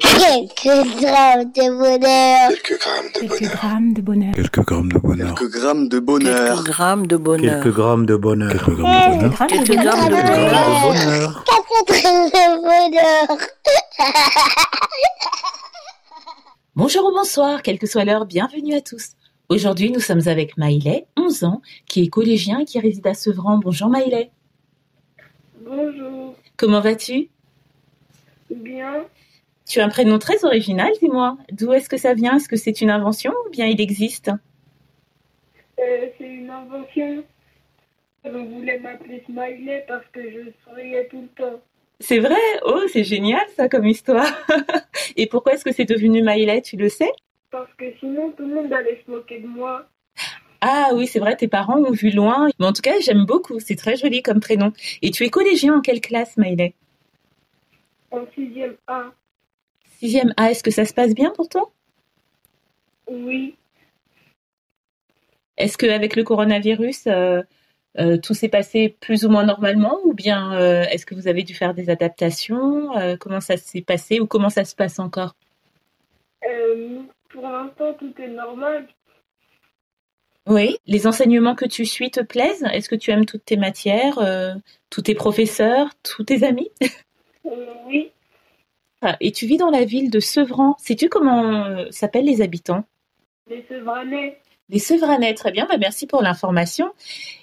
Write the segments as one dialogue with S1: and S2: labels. S1: Quelques grammes de bonheur.
S2: Quelques grammes de
S3: Quelques
S2: bonheur.
S3: grammes de bonheur.
S4: Quelques grammes de bonheur.
S5: Quelques grammes de
S6: Quelques
S5: bonheur.
S6: grammes de bonheur.
S7: Quelques grammes de bonheur.
S4: Quelques grammes de bonheur.
S3: Quelques
S6: Quelques grammes
S3: grammes de
S6: de
S3: bonheur.
S1: bonheur.
S7: bonheur.
S1: Quatre grammes de bonheur.
S8: Bonjour ou bonsoir, quelle que soit l'heure, bienvenue à tous. Aujourd'hui, nous sommes avec Maïlet, 11 ans, qui est collégien et qui réside à Sevran. Bonjour Maïlet,
S9: Bonjour,
S8: comment vas-tu
S9: bien,
S8: Tu as un prénom très original, dis-moi. D'où est-ce que ça vient Est-ce que c'est une invention ou bien il existe
S9: euh, c'est une invention. Je voulais m'appeler Smiley parce que je souriais tout le temps.
S8: C'est vrai Oh, c'est génial ça comme histoire. et pourquoi est-ce que c'est devenu Maïlet, tu le sais
S9: Parce que sinon tout le monde allait se moquer de moi.
S8: Ah oui, c'est vrai, tes parents ont vu loin. Mais en tout cas, j'aime beaucoup, c'est très joli comme prénom. Et tu es collégien en quelle classe, Maïlet
S9: En 6ème A,
S8: Sixième A, est-ce que ça se passe bien pour toi
S9: oui,
S8: Est-ce qu'avec le coronavirus, euh, euh, tout s'est passé plus ou moins normalement ou bien euh, est-ce que vous avez dû faire des adaptations Euh, Comment ça s'est passé ou comment ça se passe encore
S9: euh, pour l'instant tout est normal.
S8: Oui. Les enseignements que tu suis te plaisent Est-ce que tu aimes toutes tes matières, euh, tous tes professeurs, tous tes amis
S9: Euh, Oui,
S8: Ah, Et tu vis dans la ville de Sevran. Sais-tu comment euh, s'appellent les habitants
S9: les Sevranais,
S8: Les Sevranais, très bien, bah merci pour l'information.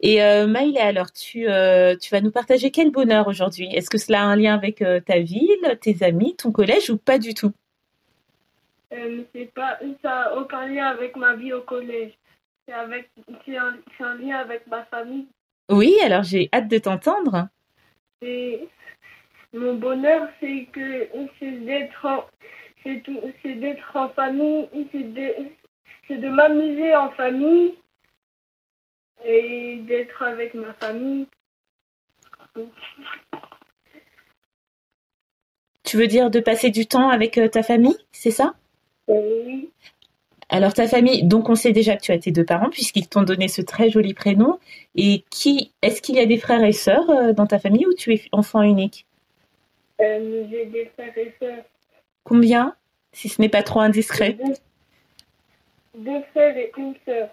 S8: Et euh, Maïla, alors tu, euh, tu vas nous partager quel bonheur aujourd'hui Est-ce que cela a un lien avec euh, ta ville, tes amis, ton collège ou pas du tout
S9: euh, c'est pas, ça n'a aucun lien avec ma vie au collège. C'est avec, c'est un, c'est un lien avec ma famille.
S8: Oui, alors j'ai hâte de t'entendre.
S9: Et mon bonheur, c'est que c'est d'être en, c'est tout, c'est d'être en famille, c'est de, c'est de m'amuser en famille et d'être avec ma famille.
S8: Tu veux dire de passer du temps avec euh, ta famille, c'est ça
S9: Oui,
S8: Alors ta famille, donc on sait déjà que tu as tes deux parents puisqu'ils t'ont donné ce très joli prénom. Et qui est-ce qu'il y a des frères et sœurs euh, dans ta famille ou tu es enfant unique
S9: euh, j'ai des frères et sœurs.
S8: Combien Si ce n'est pas trop indiscret.
S9: Deux, deux frères et une sœur.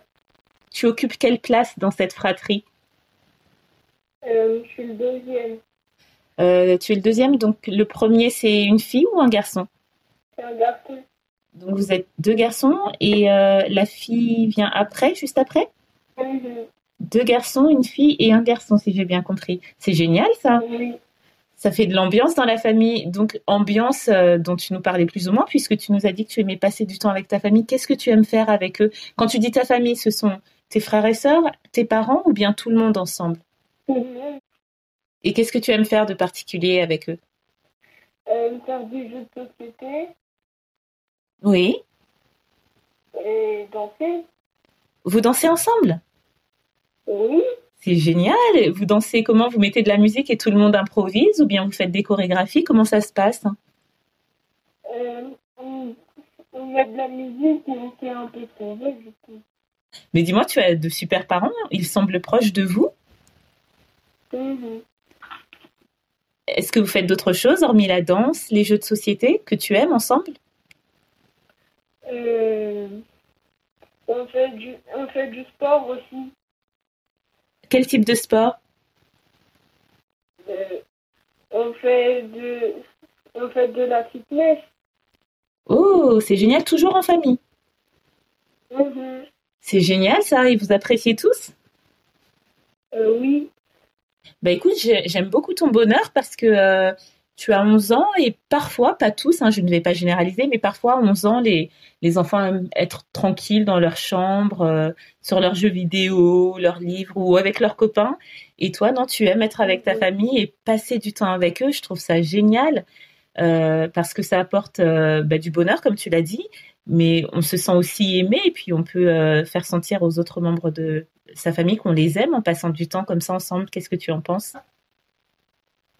S8: Tu occupes quelle place dans cette fratrie
S9: Euh, je suis le deuxième.
S8: Euh, tu es le deuxième, donc le premier c'est une fille ou un garçon
S9: C'est un garçon.
S8: Donc vous êtes deux garçons et euh, la fille vient après, juste après
S9: Mhm.
S8: Deux garçons, une fille et un garçon, si j'ai bien compris. C'est génial ça
S9: Oui,
S8: Ça fait de l'ambiance dans la famille, donc ambiance euh, dont tu nous parlais plus ou moins, puisque tu nous as dit que tu aimais passer du temps avec ta famille. Qu'est-ce que tu aimes faire avec eux Quand tu dis ta famille, ce sont tes frères et sœurs, tes parents ou bien tout le monde ensemble
S9: tout le monde.
S8: Et qu'est-ce que tu aimes faire de particulier avec eux
S9: Euh, faire du jeu de société
S8: Oui.
S9: et danser.
S8: Vous dansez ensemble
S9: Oui.
S8: C'est génial. Vous dansez comment Vous mettez de la musique et tout le monde improvise ou bien vous faites des chorégraphies Comment ça se passe
S9: Euh, on on met de la musique et on fait un peu ce qu'on veut, du coup.
S8: Mais dis-moi, tu as de super parents. Ils semblent proches de vous.
S9: Mhm.
S8: Est-ce que vous faites d'autres choses hormis la danse, les jeux de société que tu aimes ensemble
S9: Euh, on, fait du, on fait du sport aussi.
S8: Quel type de sport
S9: Euh, on, fait de, on fait de la fitness.
S8: Oh, c'est génial. Toujours en famille.
S9: Mhm.
S8: C'est génial ça. Et vous appréciez tous
S9: Euh, oui.
S8: Bah écoute, j'ai- j'aime beaucoup ton bonheur parce que euh, tu as 11 ans et parfois, pas tous, hein, je ne vais pas généraliser, mais parfois à 11 ans, les, les enfants aiment être tranquilles dans leur chambre, euh, sur leurs jeux vidéo, leurs livres ou avec leurs copains. Et toi, non, tu aimes être avec ta
S9: Oui.
S8: famille et passer du temps avec eux. Je trouve ça génial euh, parce que ça apporte euh, bah, du bonheur, comme tu l'as dit, mais on se sent aussi aimé et puis on peut euh, faire sentir aux autres membres de sa famille qu'on les aime en passant du temps comme ça ensemble. Qu'est-ce que tu en penses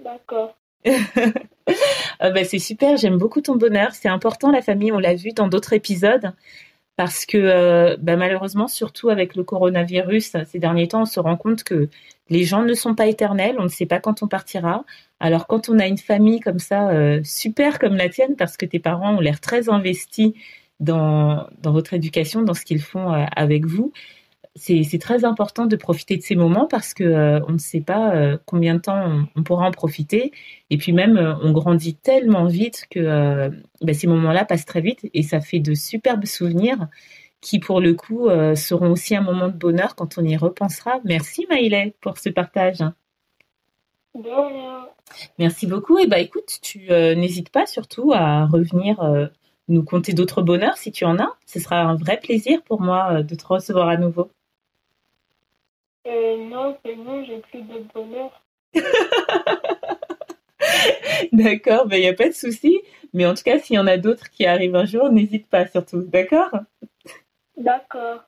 S9: D'accord.
S8: Ah bah, c'est super, j'aime beaucoup ton bonheur. C'est important la famille, on l'a vu dans d'autres épisodes, parce que euh, bah, malheureusement, surtout avec le coronavirus, ces derniers temps, on se rend compte que les gens ne sont pas éternels, on ne sait pas quand on partira. Alors quand on a une famille comme ça, euh, super comme la tienne, parce que tes parents ont l'air très investis dans, dans votre éducation, dans ce qu'ils font euh, avec vous, c'est c'est très important de profiter de ces moments parce que euh, on ne sait pas euh, combien de temps on, on pourra en profiter. Et puis même, euh, on grandit tellement vite que euh, bah, ces moments-là passent très vite et ça fait de superbes souvenirs qui, pour le coup, euh, seront aussi un moment de bonheur quand on y repensera. Merci Maïlet pour ce partage.
S9: De rien.
S8: Merci beaucoup. Et bah écoute, tu euh, n'hésites pas surtout à revenir euh, nous conter d'autres bonheurs si tu en as. Ce sera un vrai plaisir pour moi euh, de te recevoir à nouveau.
S9: Euh, non, c'est bon, j'ai plus de bonheur.
S8: D'accord, il n'y a pas de souci. Mais en tout cas, s'il y en a d'autres qui arrivent un jour, n'hésite pas surtout. D'accord
S9: D'accord.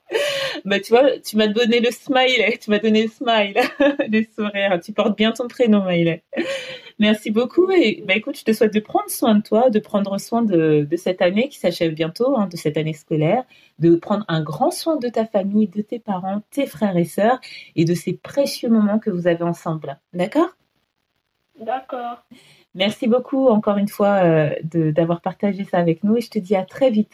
S8: Bah tu vois, tu m'as donné le smile, tu m'as donné le smile, le sourire. Tu portes bien ton prénom, Maïla. Merci beaucoup et bah écoute, je te souhaite de prendre soin de toi, de prendre soin de, de cette année qui s'achève bientôt, hein, de cette année scolaire, de prendre un grand soin de ta famille, de tes parents, tes frères et sœurs et de ces précieux moments que vous avez ensemble. D'accord
S9: D'accord.
S8: Merci beaucoup encore une fois euh, de- d'avoir partagé ça avec nous et je te dis à très vite.